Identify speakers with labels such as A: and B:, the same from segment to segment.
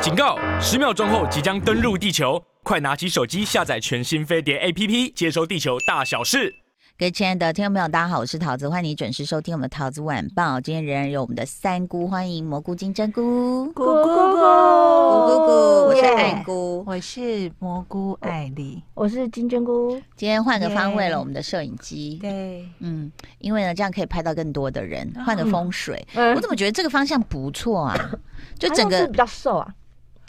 A: 警告！十秒钟后即将登陆地球，快拿起手机下载全新飞碟 APP，接收地球大小事。
B: 各位亲爱的听众朋友，大家好，我是桃子，欢迎你准时收听我们的桃子晚报。今天仍然有我们的三姑，欢迎蘑菇金针菇，
C: 咕咕咕
B: 咕咕咕，我
D: 哦
B: 是爱
C: 耶
B: 菇。
C: 我是蘑菇艾丽，
D: 我是金针菇，
B: 今天换个方位
C: 耶
B: 了，我们的摄影机。
C: 对，
B: 嗯，因为呢，这样可以拍到更多的人，换个风水。
D: 嗯
B: 我，怎么觉得这个方向不错啊？就
D: 他
B: 整
D: 上
B: 个
D: 次比较瘦啊，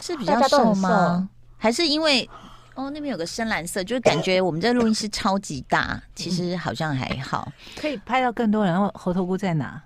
B: 是比
D: 大
B: 较
D: 家都
B: 瘦
D: 很
B: 吗？还是因为哦那边有个深蓝色，就是感觉我们这录音室超级大，其实好像还好。
C: 可以拍到更多人。然后猴头菇在哪？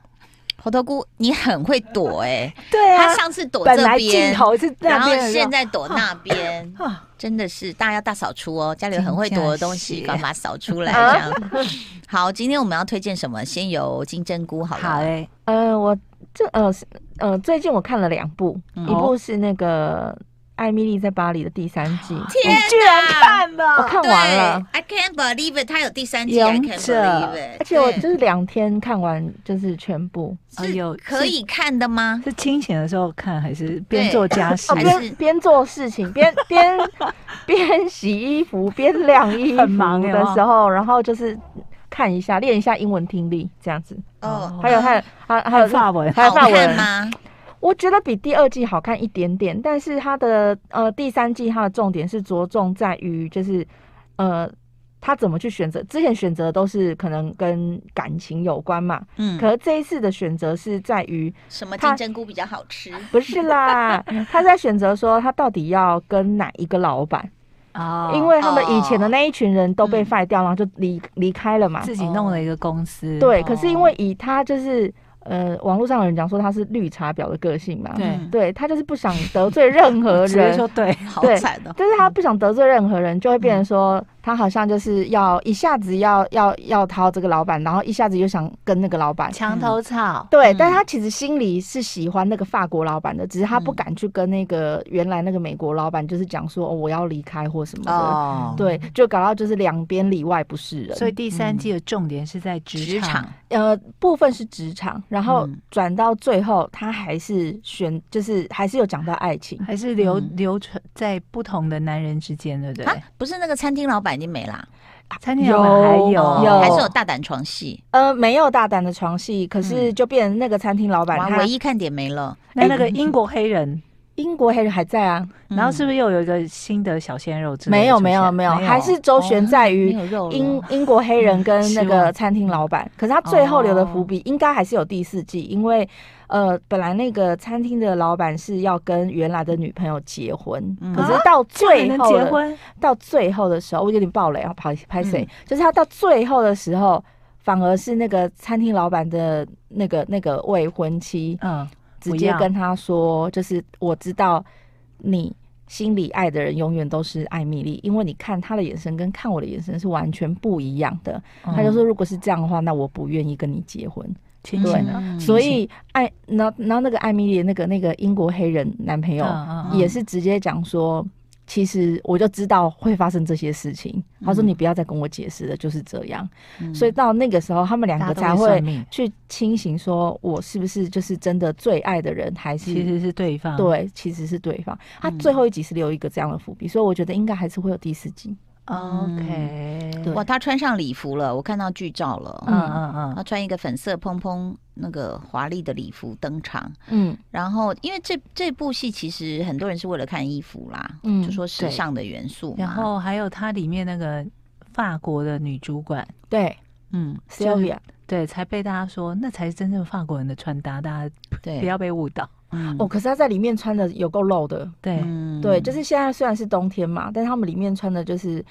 B: 猴头菇，你很会躲哎、
D: 对
C: 啊
D: 啊
B: 他上次躲
D: 本
B: 这
D: 来镜
B: 边，
D: 头是
B: 然
D: 那
B: 后
D: 边的，
B: 现在躲那边，
C: 啊，
B: 真的是大家要大扫除哦，家里有很会躲的东西，
C: 真的是
B: 赶快把它扫出来。这
D: 啊
B: 样好，今天我们要推荐什么？先由金针菇好了，
C: 好哎，
D: 呃，我这呃是呃，最近我看了两部，
B: 嗯
D: 一部是那个《艾米丽在巴黎》的第三季，
B: 天哪
D: 我居然看了，我看
B: 哦对
D: 完了，
B: ，I can't believe it，它有第三季，I
C: 勇
B: can't
C: 者
B: believe it，
D: 而且我
B: 对
D: 就是两天看完，就是全部，
C: 哎呦
B: 哦是可以看的吗？
C: 是清闲的时候看还是边做家事
D: 哦，？
B: 还是
D: 边边做事情 边边边洗衣服边晾衣服
C: 很忙欸哦耶
D: 的时候，然后就是看一下练一下英文听力这样子，
B: 哦，
D: 还有还有还有还
C: 还有
D: 有
C: 法文，
D: 还有
B: 好
D: 法
B: 看
D: 文
B: 吗？
D: 我觉得比第二季好看一点点，但是它的呃第三季它的重点是着重在于就是呃他怎么去选择，之前选择都是可能跟感情有关嘛，
B: 嗯，
D: 可是这一次的选择是在于
B: 什么金
D: 它
B: 针菇比较好吃？
D: 不是啦，他在选择说他到底要跟哪一个老板，
C: 哦
D: 因为他们以前的那一群人都被
B: 嗯
D: 废掉，然后就离离开了嘛，
C: 自己弄了一个公司，
D: 对，
C: 哦
D: 可是因为以他就是呃网络上有人讲说他是绿茶婊的个性嘛，
C: 对
B: 嗯
D: 对他就是不想得罪任何
C: 直接
D: 人，
C: 说对，
B: 好
D: 对
B: 惨哦。
D: 但是他不想得罪任何人，就会
B: 嗯
D: 变成说他好像就是要一下子要要要讨这个老板，然后一下子又想跟那个老板。
C: 墙头草，
D: 对，
B: 嗯嗯
D: 但他其实心里是喜欢那个法国老板的，只是他不敢去跟那个原来那个美国老板，就是讲说、哦、我要离开或什么的。
B: 哦，
D: 对，就搞到就是两边里外不是人。
C: 所以第三季的重点是在职
B: 职场
C: 场，
D: 呃，部分是职场，然后
B: 嗯
D: 转到最后，他还是选，就是还是有讲到爱情。
C: 还是流
B: 嗯
C: 流传在不同的男人之间，对不
B: 啊
C: 对？，
B: 不是那个餐厅老板已经没啦，
C: 餐厅老板还
B: 哦
C: 有
D: 有
B: 还是有大胆床戏，
D: 呃，没有大胆的床戏，可是就变成那个餐厅老
B: 嗯
D: 板，
B: 哇，
D: 他
B: 唯一看点没了。
C: 那那个英国黑人，
D: 英国黑人还在啊？
B: 嗯
C: 然后是不是又有一个新的小鲜肉之类的
D: 没有，
C: 出现哦
D: 没有，没有，还是周旋在
B: 没
D: 于
B: 有肉了
D: 英英国黑人跟那
C: 嗯希
D: 个
C: 望哦
D: 餐厅老板。可是他最后留的伏笔，应该还是有第四季，因为呃，本来那个餐厅的老板是要跟原来的女朋友结婚
B: 嗯，
D: 可是到
C: 最
D: 最
C: 啊能
D: 后
C: 结
D: 的
C: 婚，
D: 到最后的时候，我有点爆雷啊，拍拍谁？ 就是他到最后的时候，反而是那个餐厅老板的那个那个未婚妻，
C: 嗯，
D: 直
C: 不
D: 接
C: 要
D: 跟他说，就是我知道你心里爱的人永远都是艾米丽，因为你看他的眼神跟看我的眼神是完全不一样的。他
C: 嗯
D: 就说，如果是这样的话，那我不愿意跟你结婚。
C: 清
D: 对
C: 醒了，
B: 嗯
D: 所以艾，然后然后那个艾米丽的那个那个英国黑人男朋友、
C: 嗯
D: 也是直接讲说。其实我就知道会发生这些事情。他说：“
B: 嗯
D: 你不要再跟我解释了，就是这样。
B: 嗯
D: 所以到那个时候，他们两
C: 大
D: 个
C: 家都
D: 才
C: 会
D: 会
C: 算命
D: 去清醒，说我是不是就是真的最爱的人，还是
C: 其实是对方，
D: 对，其实是对方。他
B: 嗯
D: 最后一集是留一个这样的伏笔，所以我觉得应该还是会有第四集。
C: ，OK，
D: 对
B: 哇，他穿上礼服了，我看到剧照了。
C: 嗯嗯
B: 他
C: 嗯，
B: 穿一个粉色蓬蓬那个华丽的礼服登场，
D: 嗯
B: 然后因为这这部戏其实很多人是为了看衣服啦，
D: 嗯
B: 就说时
C: 对
B: 尚的元素嘛，
C: 然后还有它里面那个法国的女主管，
D: 对
B: 嗯，
D: ，Sylvia，
C: 对，才被大家说那才是真正法国人的穿搭，大家
B: 对，
C: 不要被误导，
B: 嗯
D: 哦，可是她在里面穿的有够露的，
C: 对，
B: 嗯
D: 对，就是现在虽然是冬天嘛，但他们里面穿的就是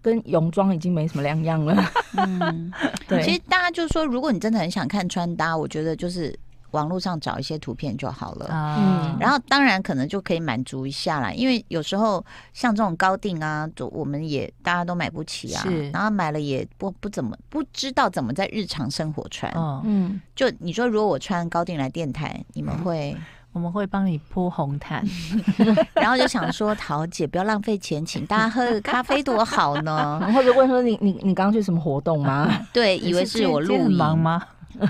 D: 跟泳装已经没什么两样了。
B: 嗯，
D: 对，
B: 其实大家就说，如果你真的很想看穿搭，我觉得就是网络上找一些图片就好
D: 嗯
B: 了。
C: 啊
B: 然后当然可能就可以满足一下啦，因为有时候像这种高定啊，就我们也大家都买不起啊
C: 是，
B: 然后买了也不不怎么不知道怎么在日常生活穿。
C: 嗯，
D: 嗯，
B: 就你说如果我穿高定来电台，你们会，
C: 我们会帮你铺红毯，
B: 然后就想说桃姐不要浪费钱，请大家喝个咖啡多好呢？
D: 或者问说你你你刚刚去什么活动吗？
B: 对，以为
C: 今
B: 是我
C: 今天
B: 录
C: 很
B: 影
C: 忙吗？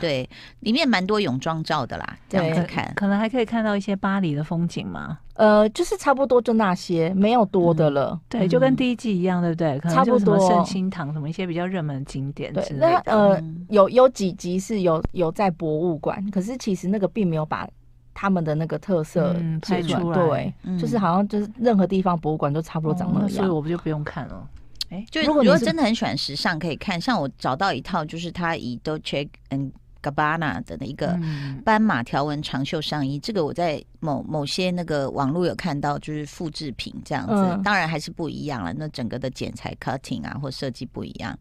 B: 对，里面蛮多泳装照的啦，这样
D: 对
B: 子看。
C: 可能还可以看到一些巴黎的风景嘛。
D: 呃，就是差不多就那些，没有多的了。
C: 对，就跟
B: 嗯
C: 第一季一样，对不对？可能
D: 差不
C: 就什么
D: 多
C: 圣心堂，什么一些比较热门的景点
D: 对
C: 之，类
D: 那
C: 的。
D: 呃
B: 嗯
D: 有有几集是有有在博物馆，可是其实那个并没有把他们的那个特色
C: 嗯
D: 写
C: 拍出来
D: 对，
B: 嗯
D: 就是好像就是任何地方博物馆都差不多长
C: 哦
D: 那
C: 所以
D: 样。
C: 我不就不用看了。哎，
B: 就
D: 如
B: 如
D: 果
B: 果
D: 你是
B: 真的很喜欢时尚，可以看。像我找到一套，就是它以 Dolce and Gabbana 的一个
C: 嗯
B: 斑马条纹长袖上衣，这个我在某某些那个网络有看到，就是复制品这样子。
D: 嗯
B: 当然还是不一样了，那整个的剪裁 cutting 啊或设计不一样，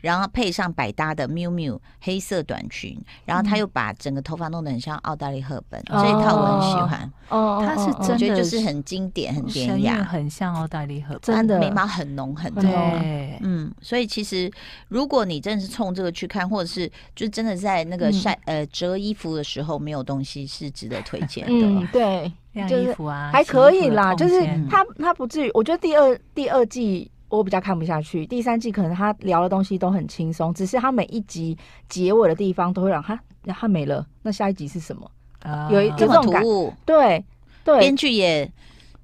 B: 然后配上百搭的 miu miu 黑色短裙，然
D: 嗯
B: 后他又把整个头发弄得很像奥黛丽赫本，这一套我很喜欢，
D: 哦
C: 它是
D: 哦哦哦
B: 我
C: 真
B: 觉得
C: 的
B: 就是很经典、很典
C: 神韵
B: 雅，
C: 很像哦奥黛丽赫本。
D: 真的哦
B: 眉毛很浓很
D: 很
B: 浓。
D: 浓
C: 对，
B: 嗯，所以其实如果你真的是冲这个去看，或者是就真的在那个
D: 嗯
B: 晒、呃折衣服的时候，没有东西是值得推荐的。
D: 嗯对，
C: 晾
D: 就是
C: 衣服啊，
D: 还
C: 洗
D: 可
C: 衣服
D: 以
C: 的
D: 啦，
C: 空
D: 就是
C: 间
D: 他他不至于，我觉得第二第二季我比较看不下去，第三季可能他聊的东西都很轻松，只是他每一集结尾的地方都会让他他没了，那下一集是什么？嗯有一
C: 啊
B: 这么
D: 种
B: 突
D: 感
B: 兀，
D: 对对
B: 编，剧也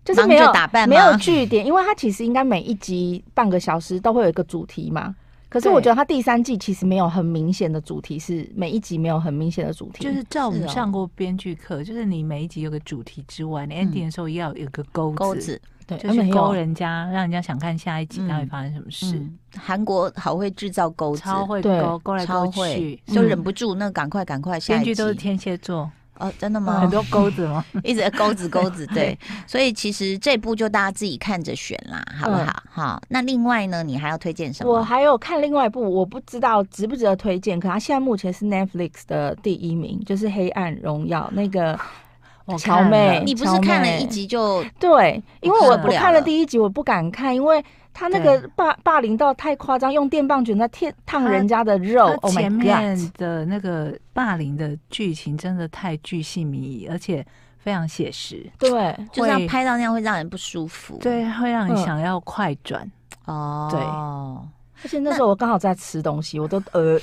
D: 就是没有
B: 忙着打扮吗
D: 没有据点，因为他其实应该每一集半个小时都会有一个主题嘛。可是
C: 对
D: 我觉得他第三季其实没有很明显的主题，是每一集没有很明显的主题，
C: 就是照我
B: 是
C: 们
B: 哦
C: 上过编剧课，就是你每一集有个主题之外，你 ending 的时候要有个钩子，
B: 钩子。
D: 嗯对，
C: 就
D: 没
C: 是
D: 有
C: 勾人家，让人家想看下一集
B: 嗯
C: 到底发生什么事，
B: 嗯，韩国好会制造钩子，
C: 超会
D: 对
C: 勾勾来
B: 超
C: 勾
B: 会
C: 去，，嗯
B: 就忍不住那赶快赶快下
C: 编
B: 一
C: 剧
B: 集。
C: 都是天蝎座，
B: 哦，真的
D: 嗯
B: 吗
C: 很？多钩子嘛，
B: 一直钩 子钩子，对，所以其实这部就大家自己看着选啦，好不
D: 嗯
B: 好？好，那另外呢，你还要推荐什么？
D: 我还有看另外一部，我不知道值不值得推荐，可它现在目前是 Netflix 的第一名，就是《黑暗荣耀》那个。
C: 我
D: 乔
C: 看
D: 妹
C: 了
B: 你不是看了一
D: 超美
B: 集就
D: 对，因为我
B: 我看不
D: 我
B: 了
D: 看了
B: 了
D: 第一集，我不敢看，因为他那个
C: 对
D: 霸霸凌到太夸张，用电棒卷在烫烫
C: 他
D: 人家的肉。
C: 他
D: Oh
C: 前
D: my god！
C: 面的那个霸凌的剧情真的太巨细靡遗，而且非常写实，
D: 对，
B: 就是要
C: 会
B: 拍到那样会让人不舒服。
C: 对，会让你
D: 嗯
C: 想要快转，
B: 哦，
D: 而且那时候我刚好在吃东西，我都呃，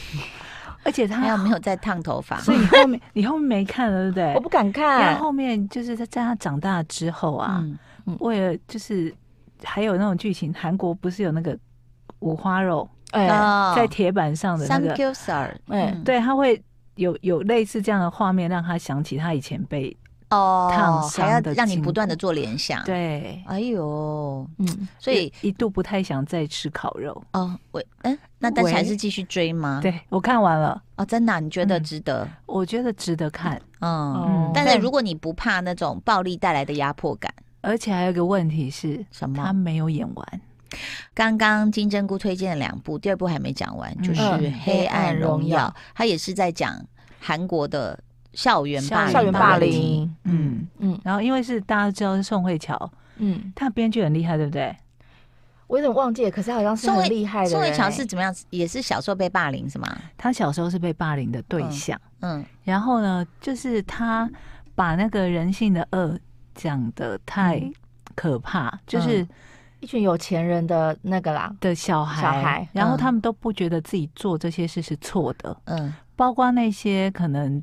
C: 而且他
B: 还有没有在烫头发？
C: 所以你后面你后面没看了，对不对？
D: 我不敢
C: 因为
D: 看。
C: 后面就是在在他长大之后啊，
B: 嗯，
C: 为了就是还有那种剧情，韩国不是有那个五花肉
D: 哎
B: 哦
C: 在铁板上的那
B: Some
C: 个，
B: Q Sir，
D: 哎
B: 嗯
C: 对，他会有有类似这样的画面，让他想起他以前被烫
B: 哦，
C: 伤
B: 还要
C: 的
B: 让你
C: 筋
B: 不
C: 骨
B: 断的做联想。，
C: 对，
B: 哎呦，
D: 嗯，
B: 所以
C: 一度不太想再吃烤肉。
B: 哦，我嗯，那但是还
C: 喂
B: 是继续追吗？，
C: 对我看完了，
B: 哦，真的啊，你觉得
C: 嗯
B: 值得？
C: 我觉得值得看，
B: 嗯，
D: 哦
B: 但是如果你不怕那种暴力带来的压迫感，
C: 而且还有一个问题是，
B: 什么？
C: 他没有演完。
B: 刚刚金针菇推荐了两部，第二部还没讲完，就是《黑暗
C: 嗯
B: 荣
D: 黑暗荣
B: 耀》
D: 耀，
B: 它也是在讲韩国的校园霸凌的问题。
D: 校园霸
C: 校园
D: 凌，
C: 嗯
D: 嗯
C: 嗯，然后因为是大家都知道是宋慧乔，
D: 嗯，
C: 她编剧很厉害，对不对？
D: 我有点忘记了，可是好像是
B: 宋
D: 很
B: 慧
D: 厉害的人欸。
B: 宋慧乔是怎么样？也是小时候被霸凌是吗？
C: 她小时候是被霸凌的对象，
B: 嗯
C: 然后呢，就是她把那个人性的恶讲的太
D: 嗯
C: 可怕，
B: 嗯
C: 就是
D: 一群有钱人的那个啦，
C: 的小孩，
D: 小孩
C: 然后
B: 嗯
C: 他们都不觉得自己做这些事是错的，
B: 嗯
C: 包括那些可能。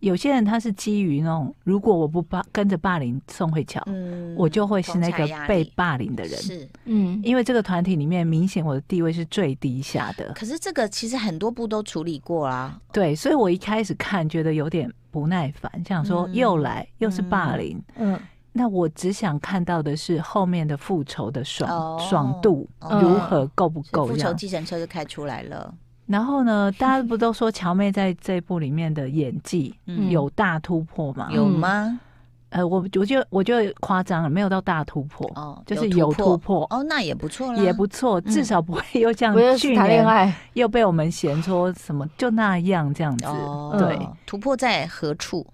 C: 有些人他是基于那种，如果我不霸跟着霸凌宋慧乔，
B: 嗯
C: 我就会是那
B: 同
C: 个
B: 侪压力
C: 被霸凌的人。
B: 是，
D: 嗯，
C: 因为这个团体里面，明显我的地位是最低下的。
B: 可是这个其实很多部都处理过啊啦。
C: 对，所以我一开始看觉得有点不耐烦，想说
B: 嗯
C: 又来又是霸凌。
D: 嗯，
C: 那我只想看到的是后面的复仇的爽、
B: 哦
C: 爽度
B: 哦
C: 如何够不
B: 所以
C: 够
B: 复
C: 这
B: 仇
C: 样。
B: 计程车就开出来了，
C: 然后呢，大家不都说乔妹在这部里面的演技
B: 嗯
C: 有大突破吗？
B: 有吗？
C: 呃，我我就我就夸张了，没有到大突破，
B: 哦，
C: 就是
B: 有
C: 有突破，
B: 哦，那也不错啦，
C: 也不错，
B: 嗯
C: 至少不会又像
D: 不要
C: 嗯去
D: 去谈恋
C: 年
D: 爱。
C: 又被我们嫌说什么就那样这样子。
B: 哦，
C: 对，
B: 突破在何处？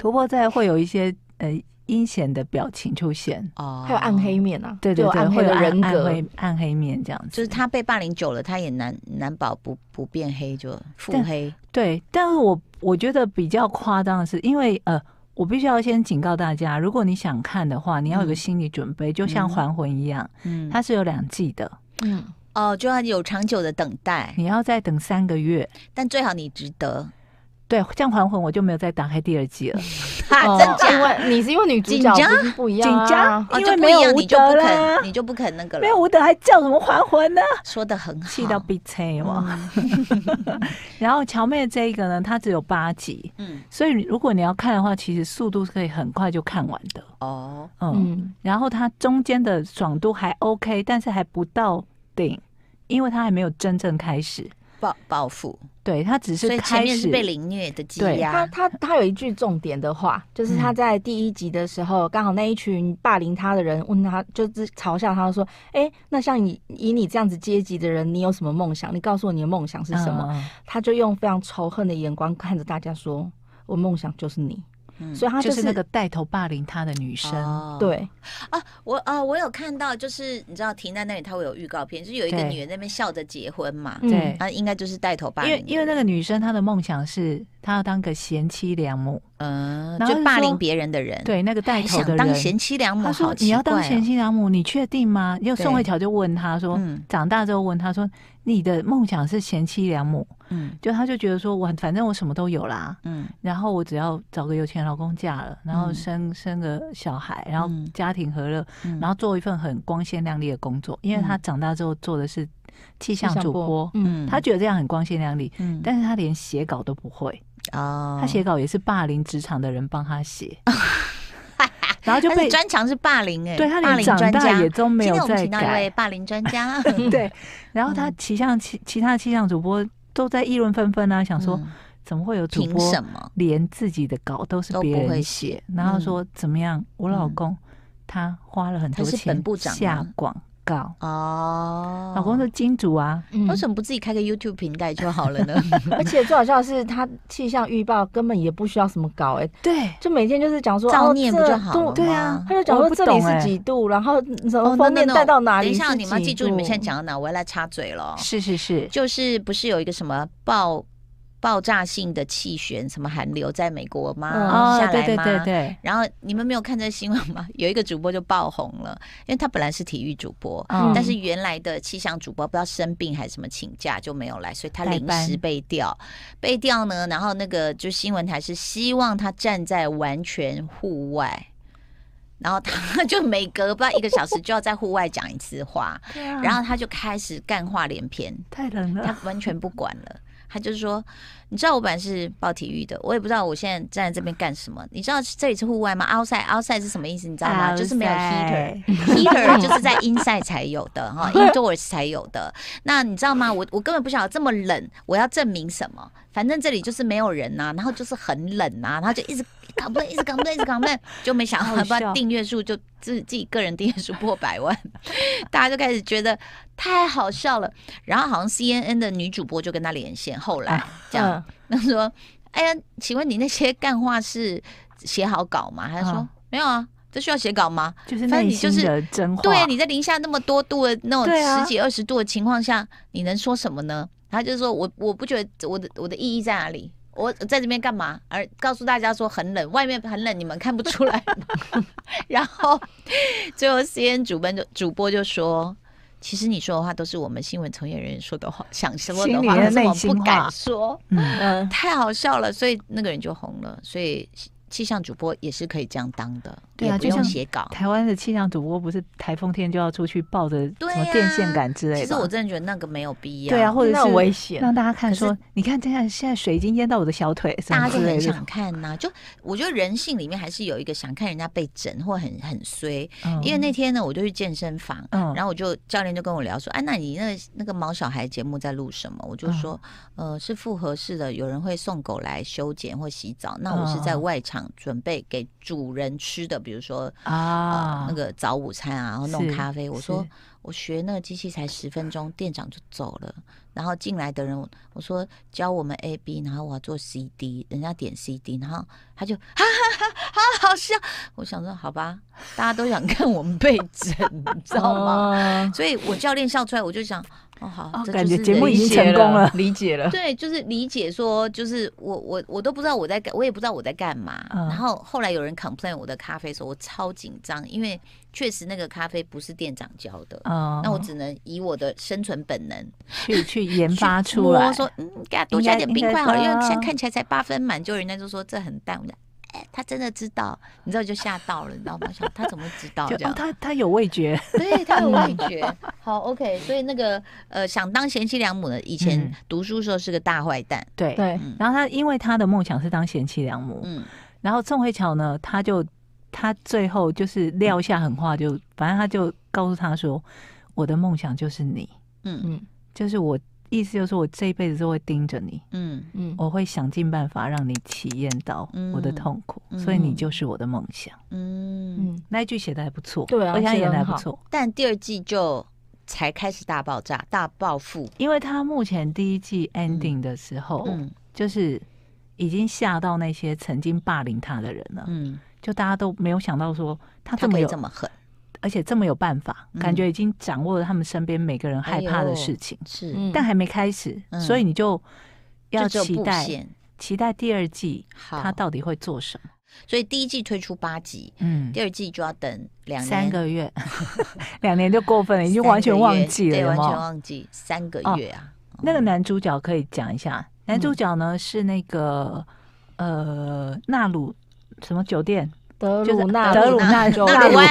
C: 突破在会有一些呃阴险的表情出现，
B: 哦，
D: 还有暗黑，面啊，
C: 对
D: 就
C: 对
D: 有
C: 对，
D: 暗黑
C: 会有
D: 的人
C: 暗
D: 格，
C: 黑暗黑面这样子。
B: 就是他被霸凌久了，他也难难保不不变黑就腹
C: 但
B: 黑，
C: 对，但是我我觉得比较夸张的是，因为呃，我必须要先警告大家，如果你想看的话，你要有个
B: 嗯
C: 心理准备，就像《还魂》一样，
B: 嗯，
C: 它是有两季的。
D: 嗯，
B: 哦，就要有长久的等待，
C: 你要再等三个月。
B: 但最好你值 得。
C: 对，这样还魂我就没有再打开第二季了。啊
B: 哈，真假？
D: 哦因
C: 哦
D: 为你是因为女主角
B: 紧张
D: 不是不一样
C: 紧张
D: 啊，
B: 哦，
C: 因
B: 就
C: 为
B: 不
C: 没
B: 一
C: 有
B: 样，
C: 吴
B: 你就不
C: 德啦
B: 肯，你就不肯那个
C: 没有
B: 了。
C: 吴德还叫什么还魂呢？
B: 说的很好，
C: 气到闭嘴嘛。 然后乔妹的这一个呢，它只有八集，
B: 嗯，
C: 所以如果你要看的话，其实速度是可以很快就看完的。
B: 哦，
C: 嗯，
D: 嗯，
C: 然后它中间的爽度还 OK，但是还不到顶，因为它还没有真正开始。
B: 报报复，
C: 对，它只
B: 所
C: 是
B: 以前
C: 开
B: 面是
C: 始。
B: 被凌虐的积
C: 对
D: 他
B: 压。
D: 哎他他有一句重点的话，就是
C: 嗯
D: 他在第一集的时候，刚、好那一群霸凌他的人问他，就是嘲笑他说：“哎、那像你以你这样子阶级的人，你有什么梦想？你告诉我你的梦想是什么？”
C: 嗯？
D: 他就用非常仇恨的眼光看着大家说：“我梦想就是你。
B: 嗯
D: 所以他
C: 就是是那个带头霸凌他的女生。
B: 哦
D: 对，
B: 啊，我啊，我有看到，就是你知道停在那里，他会有预告片，就是有一个
C: 对
B: 女人在那边笑着结婚嘛，
D: 嗯
C: 对
B: 啊，应该就是带头霸
C: 因
B: 凌的
C: 为
B: 人，
C: 因为那个女生她的梦想是她要当个贤妻良母，
B: 嗯，
C: 然
B: 就
C: 后就
B: 霸凌
C: 说
B: 别人的人，，
C: 对那个带头的
B: 哎想
C: 人，
B: 当贤妻良母，
C: 他
B: 好
C: 说：“
B: 奇
C: 你要当
B: 怪
C: 贤
B: 哦，
C: 妻良母，你确定吗？”因为宋
B: 对
C: 慧乔就问他说：“
B: 嗯
C: 长大之后问他说，你的梦想是贤妻良母？”
B: 嗯
C: 就他就觉得说：“我反正我什么都有啦，
B: 嗯
C: 然后我只要找个有钱老公嫁了，然后
B: 嗯
C: 生、生个小孩，然后
B: 嗯
C: 家庭和乐，
B: 嗯，
C: 然后做一份很光鲜亮丽的工作。”因为他
B: 嗯
C: 长大之后做的是气象主播，
D: 嗯，
B: 嗯
C: 他觉得这样很光鲜亮丽，
B: 嗯
C: 但是他连写稿都不会。
B: 哦，
C: 他写稿也是霸凌职场的人帮 他写，然后就
B: 他的
C: 被
B: 专长是霸凌，哎，
C: 对他
B: 霸
C: 连
B: 凌
C: 长
B: 专
C: 大
B: 家
C: 也。都没
B: 今天
C: 有
B: 我们
C: 在
B: 请到一位嗯
C: 改，
B: 霸凌专 家，
C: 对。然后他气象其其他气象主播都在议论纷纷啊，想说
B: 嗯
C: 怎么会有主
B: 凭
C: 播
B: 什么？
C: 连自己的稿都是
B: 都
C: 别
B: 不会
C: 人
B: 写
C: 写，然后说怎么样，我老
B: 嗯
C: 公他花了很
B: 他
C: 多
B: 是
C: 钱
B: 本部长
C: 下
B: 吗
C: 广告，
B: 哦，
C: 老公是金主啊，
D: 嗯
B: 为什么不自己开个 YouTube 频道就好了呢？
D: 而且最好笑的是，他气象预报根本也不需要什么稿、哎，
C: 对，
D: 就每天就是讲说
B: 造
D: 哦
B: 孽不
D: 这
B: 就好了吗？
D: 对
C: 对啊
D: 他就讲
C: 我
D: 说
C: 不
D: 这里
C: 懂哎
D: 是几度，然后什么
B: 哦
D: 风
B: no, no,
D: 面
B: no
D: 带到哪
B: 等一
D: 里是几度？
B: 下，你们要记住你们现在讲到哪，我要来插嘴了哦。
C: 是是是，
B: 就是不是有一个什么爆爆炸性的气旋，什么寒流在美国吗？
D: 嗯
C: 哦，
B: 下来
C: 对
B: 吗？
C: 对对对，
B: 然后你们没有看这新闻吗？ 有一个主播就爆红了，因为他本来是体育主播，
C: 嗯
B: 但是原来的气象主播不知道生病还是什么请假就没有来，所以他
C: 代
B: 临
C: 班
B: 时被调。被调呢，然后那个就新闻台是希望他站在完全户外，然后他就每隔不到一个小时就要在户外讲一次 话，
C: 嗯
B: 然后他就开始干话连篇。
C: 哦太冷了，
B: 他完全不管了。他就是说，你知道我本来是报体育的，我也不知道我现在站在这边干什么。你知道这里是户外吗？outside outside 是什么意思？你知道吗？就是没有 heater。
C: Outside
B: heater 就是在 inside 才有的哈，indoors 才有的。那你知道吗？我我根本不晓得这么冷，我要证明什么？反正这里就是没有人呐、然后就是很冷啊呐、然后就一直搞不对，一直搞不对，一直搞不对，就没想
C: 好
B: 到把
C: 笑
B: 订阅数就自自己个人订阅数破百万， 大家就开始觉得太好笑了。然后好像 CNN 的女主播就跟他连线，后来
C: 啊
B: 这
D: 嗯
B: 样，
C: 嗯
B: 他说：“哎呀，请问你那些干话是写好稿吗？”他就说：“
C: 嗯
B: 没有啊，这需要写稿吗？”
C: 就是
B: 反正你
C: 内
B: 就
C: 心
B: 是
C: 的真话，
B: 对啊，你在零下那么多度的那
C: 对
B: 种
C: 啊
B: 十几二十度的情况下，你能说什么呢？他就说我我不觉得我的我的意义在哪里？我在这边干嘛？而告诉大家说很冷，外面很冷，你们看不出来 吗然后最后 C N 主播就主播就说。其实你说的话都是我们新闻从业人员说的话，想说的
C: 心里
B: 话，
C: 的
B: 可是我
C: 内
B: 们不
C: 心
B: 敢
C: 话
B: 说，
C: 嗯，
D: 嗯，
B: 太好笑了，所以那个人就红了。所以气象主播也是可以这样当的，
C: 对啊
B: 也不
C: 就
B: 用
C: 像
B: 写稿。
C: 台湾的气象主播不是台风天就要出去抱着什
B: 对
C: 么
B: 呀
C: 电线杆之类的？
B: 其实我真的觉得那个没有必要。
C: 对啊，，或者
D: 那很危
C: 是
D: 险。
C: 让大家看
B: 可是
C: 说，你看这样，现在水已经淹到我的小腿，什
B: 大
C: 么
B: 家就
C: 之类
B: 很
C: 的
B: 想。看呐、就我觉得人性里面还是有一个想看人家被整或很很衰。
C: 嗯
B: 因为那天呢，我就去健身房，
C: 嗯
B: 然后我就教练就跟我聊说，哎、那你那个那个毛小孩节目在录什么？我就说，
C: 嗯
B: 呃，是复合式的，有人会送狗来修剪或洗澡，那我是在
C: 嗯嗯
B: 外场准备给主人吃的，比如说呃，
C: 啊
B: 那个早午餐啊，然后弄
C: 是
B: 咖啡。我
C: 是
B: 说我学那个机器才十分钟，店长就走了。然后进来的人，我我说教我们 A B，然后我要做 C D，人家点 C D，然后他就哈哈哈哈好笑。我想说好吧，大家都想看我们被整，你知道吗？
D: 吗？
C: 嗯
B: 所以我教练笑出来，我就想哦，好，
C: 哦
B: 这
C: 感
B: 就是
C: 觉节目
B: 人
C: 已经
B: 性
C: 成功了
E: 理解 了。
B: 对，就是理解说，就是我我我都不知道我在干，我也不知道我在干嘛。
C: 嗯
B: 然后后来有人 complain 我的咖啡的时候，我超紧张，因为确实那个咖啡不是店长教的，
C: 嗯，
B: 那我只能以我的生存本能
C: 去去研
B: 去
C: 发出
B: 摸
C: 来，
B: 说嗯，给他多加点冰块好了，
C: 应
B: 因
C: 该啊
B: 为现在看起来才八分满，就人家就说这很淡，我就哎、他真的知道，你知道就吓到了，你知道吗？想他怎么会知道
C: 就
B: 这样
C: 哦，？他嗯他有味觉，
B: 对他有味觉。好，OK，所以那个呃，想当贤妻良母的，以前
C: 嗯
B: 读书时候是个大坏蛋，
C: 对。
D: 对，
B: 嗯
C: 然后他因为他的梦想是当贤妻良母，
B: 嗯，
C: 然后宋慧乔呢，他就他最后就是撂下狠话就，反正他就告诉他说，我的梦想就是你，
B: 嗯
D: 嗯
C: 就是我意思就是我这一辈子都会盯着你，
B: 嗯
D: 嗯
C: 我会想尽办法让你体验到
B: 嗯
C: 我的痛苦，
B: 嗯
C: 所以你就是我的梦想。
B: 嗯，
D: 嗯，
C: 那一句写的还不错，
D: 对啊
C: 而且他
D: 写得
C: 演的还
D: 很
C: 不
D: 好
C: 错，
B: 但第二季就才开始大爆炸、大报复。
C: 因为他目前第一季 ending 的时候，
B: 嗯
C: 就是已经吓到那些曾经霸凌他的人了，
B: 嗯，
C: 就大家都没有想到说他
B: 他
C: 这么
B: 可以
C: 有
B: 这么狠，
C: 而且这么有办法，
B: 嗯
C: 感觉已经掌握了他们身边每个人害怕
B: 哎
C: 的
B: 呦
C: 事情，
B: 是
D: 嗯
C: 但还没开始，
B: 嗯
C: 所以你就要
B: 就只有
C: 期
B: 布
C: 待
B: 线。
C: 期待第二季
B: 好，
C: 他到底会做什么。
B: 所以第一季推出八集，
C: 嗯
B: 第，二季就要等两年
C: 三个月， 两年就过分了，已经完全
B: 三个
C: 忘
B: 月
C: 记了，
B: 对，
C: 有
B: 完
C: 没
B: 全
C: 有？
B: 忘记三个
C: 哦
B: 月啊。
C: 那个男主角可以讲一下，
B: 嗯
C: 男主角呢是那个呃纳鲁什么酒店，
D: 德
C: 就是
D: 鲁纳
C: 德鲁纳
D: 州
B: 那鲁湾，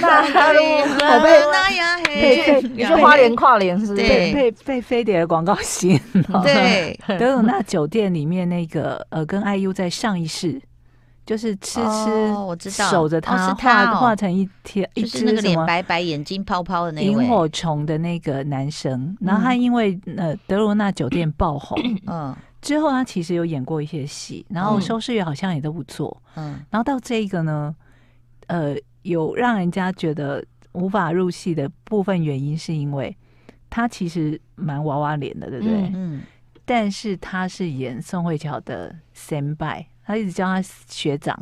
D: 纳纳鲁，我被
B: 那呀嘿，
D: 被你去花莲跨年是不是？
B: 对
C: 被被被飞碟的广告 吸引了。
B: 对，
C: 德鲁纳酒店里面那个呃，跟 IU 在上一世，就是痴痴
B: 哦我知道
C: 守着
B: 哦
C: 他
B: 是他
C: 画
B: 哦
C: 画成一天一
B: 就是那
C: 只
B: 个
C: 什
B: 脸
C: 么
B: 白白、眼睛泡泡的那
C: 萤
B: 位，
C: 火虫的那个男生，然后他因为呃德鲁纳酒店 爆红
B: 嗯
C: 之后，他其实有演过一些戏，然后收视率好像也都不错，
B: 嗯
C: 然后到这个呢，呃，有让人家觉得无法入戏的部分原因是因为。他其实蛮娃娃脸的，对不对？
D: 嗯
B: 嗯
C: 但是他是演宋慧乔的先辈，他一直叫他学长。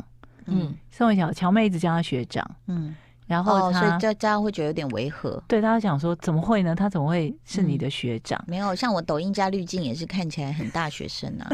B: 嗯
D: 嗯
C: 宋慧乔乔妹一直叫他学长，
B: 嗯，
C: 然后
B: 哦，所
C: 他、
B: 以这这样会觉得有点违和。
C: 对他想说怎么会呢？他怎么会是
B: 嗯
C: 你的学长？
B: 没有，像我抖音加滤镜也是看起来很大学生啊。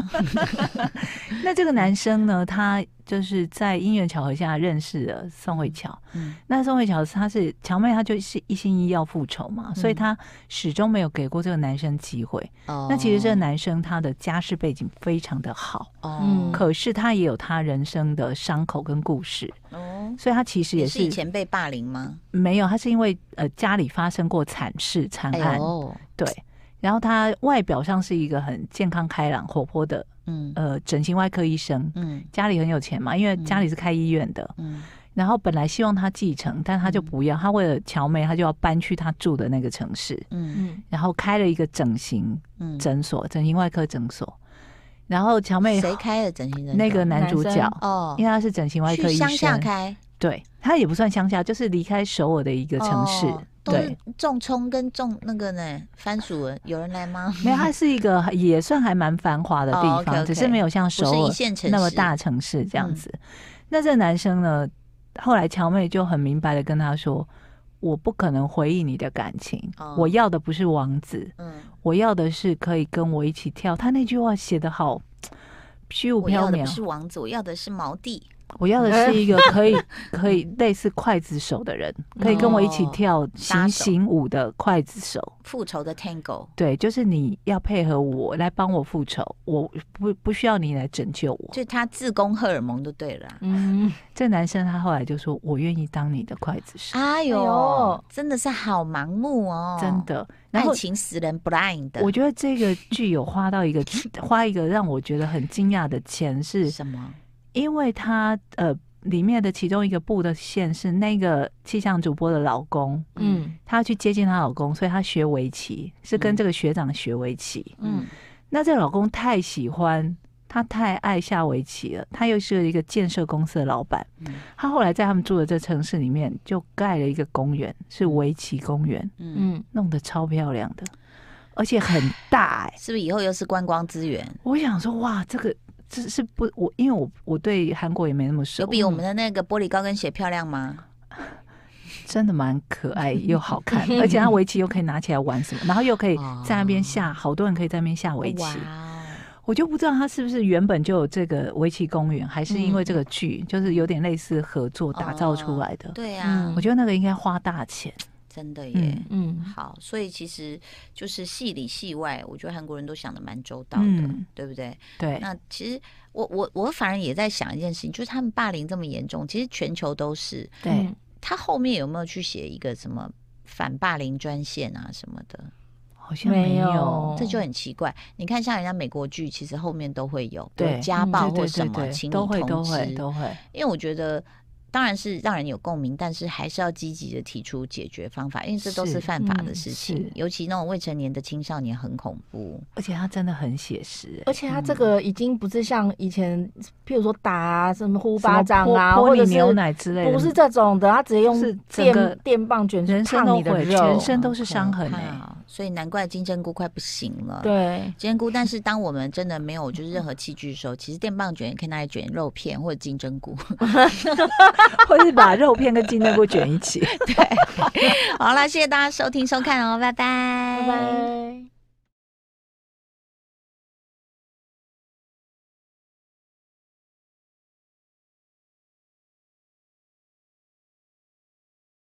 C: 那这个男生呢？他就是在因缘巧合下认识了宋慧乔。
B: 嗯
C: 那宋慧乔她是乔妹，她就是一心一意要复仇嘛，
B: 嗯
C: 所以她始终没有给过这个男生机会。
B: 哦
C: 那其实这个男生他的家世背景非常的好，
B: 哦
C: 嗯可是他也有他人生的伤口跟故事，
B: 哦，
C: 所以他其实也
B: 也
C: 是
B: 是以前被霸凌吗？
C: 没有，他是因为呃家里发生过惨事惨
B: 哎
C: 案，
B: 呦，
C: 对。然后他外表上是一个很健康、开朗、活泼的
B: 嗯
C: 呃整形外科医生，
B: 嗯
C: 家里很有钱嘛，因为家里是开医院的。
B: 嗯
C: 然后本来希望他继承，但他就不要，他为了乔妹，他就要搬去他住的那个城市，
B: 嗯
D: 嗯
C: 然后开了一个整形
B: 嗯，
C: 诊所，整形外科诊所。然后乔妹
B: 谁开的整形诊所？
C: 那个男主角
D: 男，
B: 哦
C: 因为，他是整形外科
B: 去
C: 医
B: 乡下
C: 生，
B: 开
C: 对他也不算乡下，就是离开首尔的一个城市，
B: 哦都
C: 对
B: 是。种葱跟种那个呢番薯，有人来 吗？
C: 没有，它是一个也算还蛮繁华的地
B: 嗯哦
C: 方，
B: ，OK，OK
C: 只是没有像
B: 不
C: 首
B: 是一
C: 尔
B: 线城市嗯
C: 那么大，城市这样子。那这个男生呢，后来乔妹就很明白的跟他说：“我不可能回忆你的感情，
B: 哦
C: 我要的不是王子，
B: 嗯，
C: 我要的是可以跟我一起跳。”他那句话写的好虚无
B: 我要
C: 缥
B: 的
C: 缈
B: 不，是王子，我要的是毛弟，
C: 我要的是一个可 以可以类似刽子手的人，可以跟我一起
B: 哦
C: 跳
B: 搭
C: 行
B: 手
C: 刑舞的刽子手。
B: 复仇的 Tango，
C: 对，就是你要配合我来帮我复仇，我不不需要你来拯救我。
B: 就他自攻荷尔蒙就对了啊。
D: 嗯，
C: 这男生他后来就说：“我愿意当你的刽子手。
B: 哎
D: 哎
B: 呦
D: 呦，
B: 真的是好盲目哦，
C: 真。的。然
B: 爱
C: 后
B: 情使人 blind 的，
C: 我觉得这个剧有花到一 个花一个让我觉得很惊讶的钱，是
B: 什么？
C: 因为他呃里面的其中一个布的线是那个气象主播的老公，
D: 嗯
C: 她要去接近她老公，所以她学围棋，是跟
B: 嗯
C: 这个学长学围棋。
B: 嗯
C: 那这个老公太喜欢，他太爱下围棋了。他又是一个建设公司的老板，
B: 嗯
C: 他后来在他们住的这城市里面就盖了一个公园，是围棋公园，
B: 嗯，
D: 嗯，
C: 弄得超漂亮的，而且很大哎、
B: 是不是以后又是观光资源？
C: 我想说，哇，这个这是不我，因为我我对韩国也没那么熟，
B: 有比我们的那个玻璃高跟鞋漂亮吗？
C: 真的蛮可爱又好看，而且它围棋又可以拿起来玩什么，然后又可以在那边下，好多人可以在那边下围棋
B: 哇。哦
C: 我就不知道它是不是原本就有这个围棋公园，还是因
D: 嗯
C: 为这个剧就是有点类似合作打造出来的
B: 哦，。对啊，
C: 我觉得那个应该花大钱。
B: 真的耶。
C: 嗯
D: 嗯，
B: 好，所以其实就是戏里戏外，我觉得韩国人都想的蛮周到的，
C: 嗯
B: 对不对？
C: 对，
B: 那其实我我我反而也在想一件事情，就是他们霸凌这么严重，其实全球都是。
D: 嗯
C: 对，
B: 他后面有没有去写一个什么反霸凌专线啊什么的？
C: 好像
D: 没
C: 没
D: 有
C: 有。
B: 这就很奇怪。你看，像人家美国剧，其实后面都会有，比如
C: 对嗯
B: 家暴
C: 对
D: 啊
B: 或
C: 对
B: 什
C: 对
B: 么，
C: 对，
B: 请你
C: 都会
B: 通
C: 都会
B: 知
C: 都会，
B: 因为我觉得。当然是让人有共鸣，但是还是要积极的提出解决方法，因为这都是
C: 是
B: 犯法的
D: 嗯
B: 事情，
C: 是
B: 尤其那种未成年的青少年很恐怖。
C: 而且它真的很写实。欸嗯
D: 而且他这个已经不是像以前，譬如说打啊什么呼
C: 什么
D: 巴掌啊，
C: 玻
D: 或
C: 玻
D: 者
C: 璃
D: 是
C: 牛奶之类的，
D: 不是这种的，他直接用
C: 是整个
D: 电电棒卷
C: 人生
D: 烫
C: 都
D: 你的
C: 会，
D: 肉，
C: 全身都是
B: 好
C: 伤痕
B: 可
C: 哎、
B: 怕哦所以难怪金针菇快不行了。
D: 对，
B: 金针菇，但是当我们真的没有就是任何器具的时候，其实电棒卷也可以拿来卷肉片或者金针菇。
C: 或是把肉片跟金针菇卷一起。
B: 好啦，谢谢大家收听收看哦，拜拜，
D: 拜拜。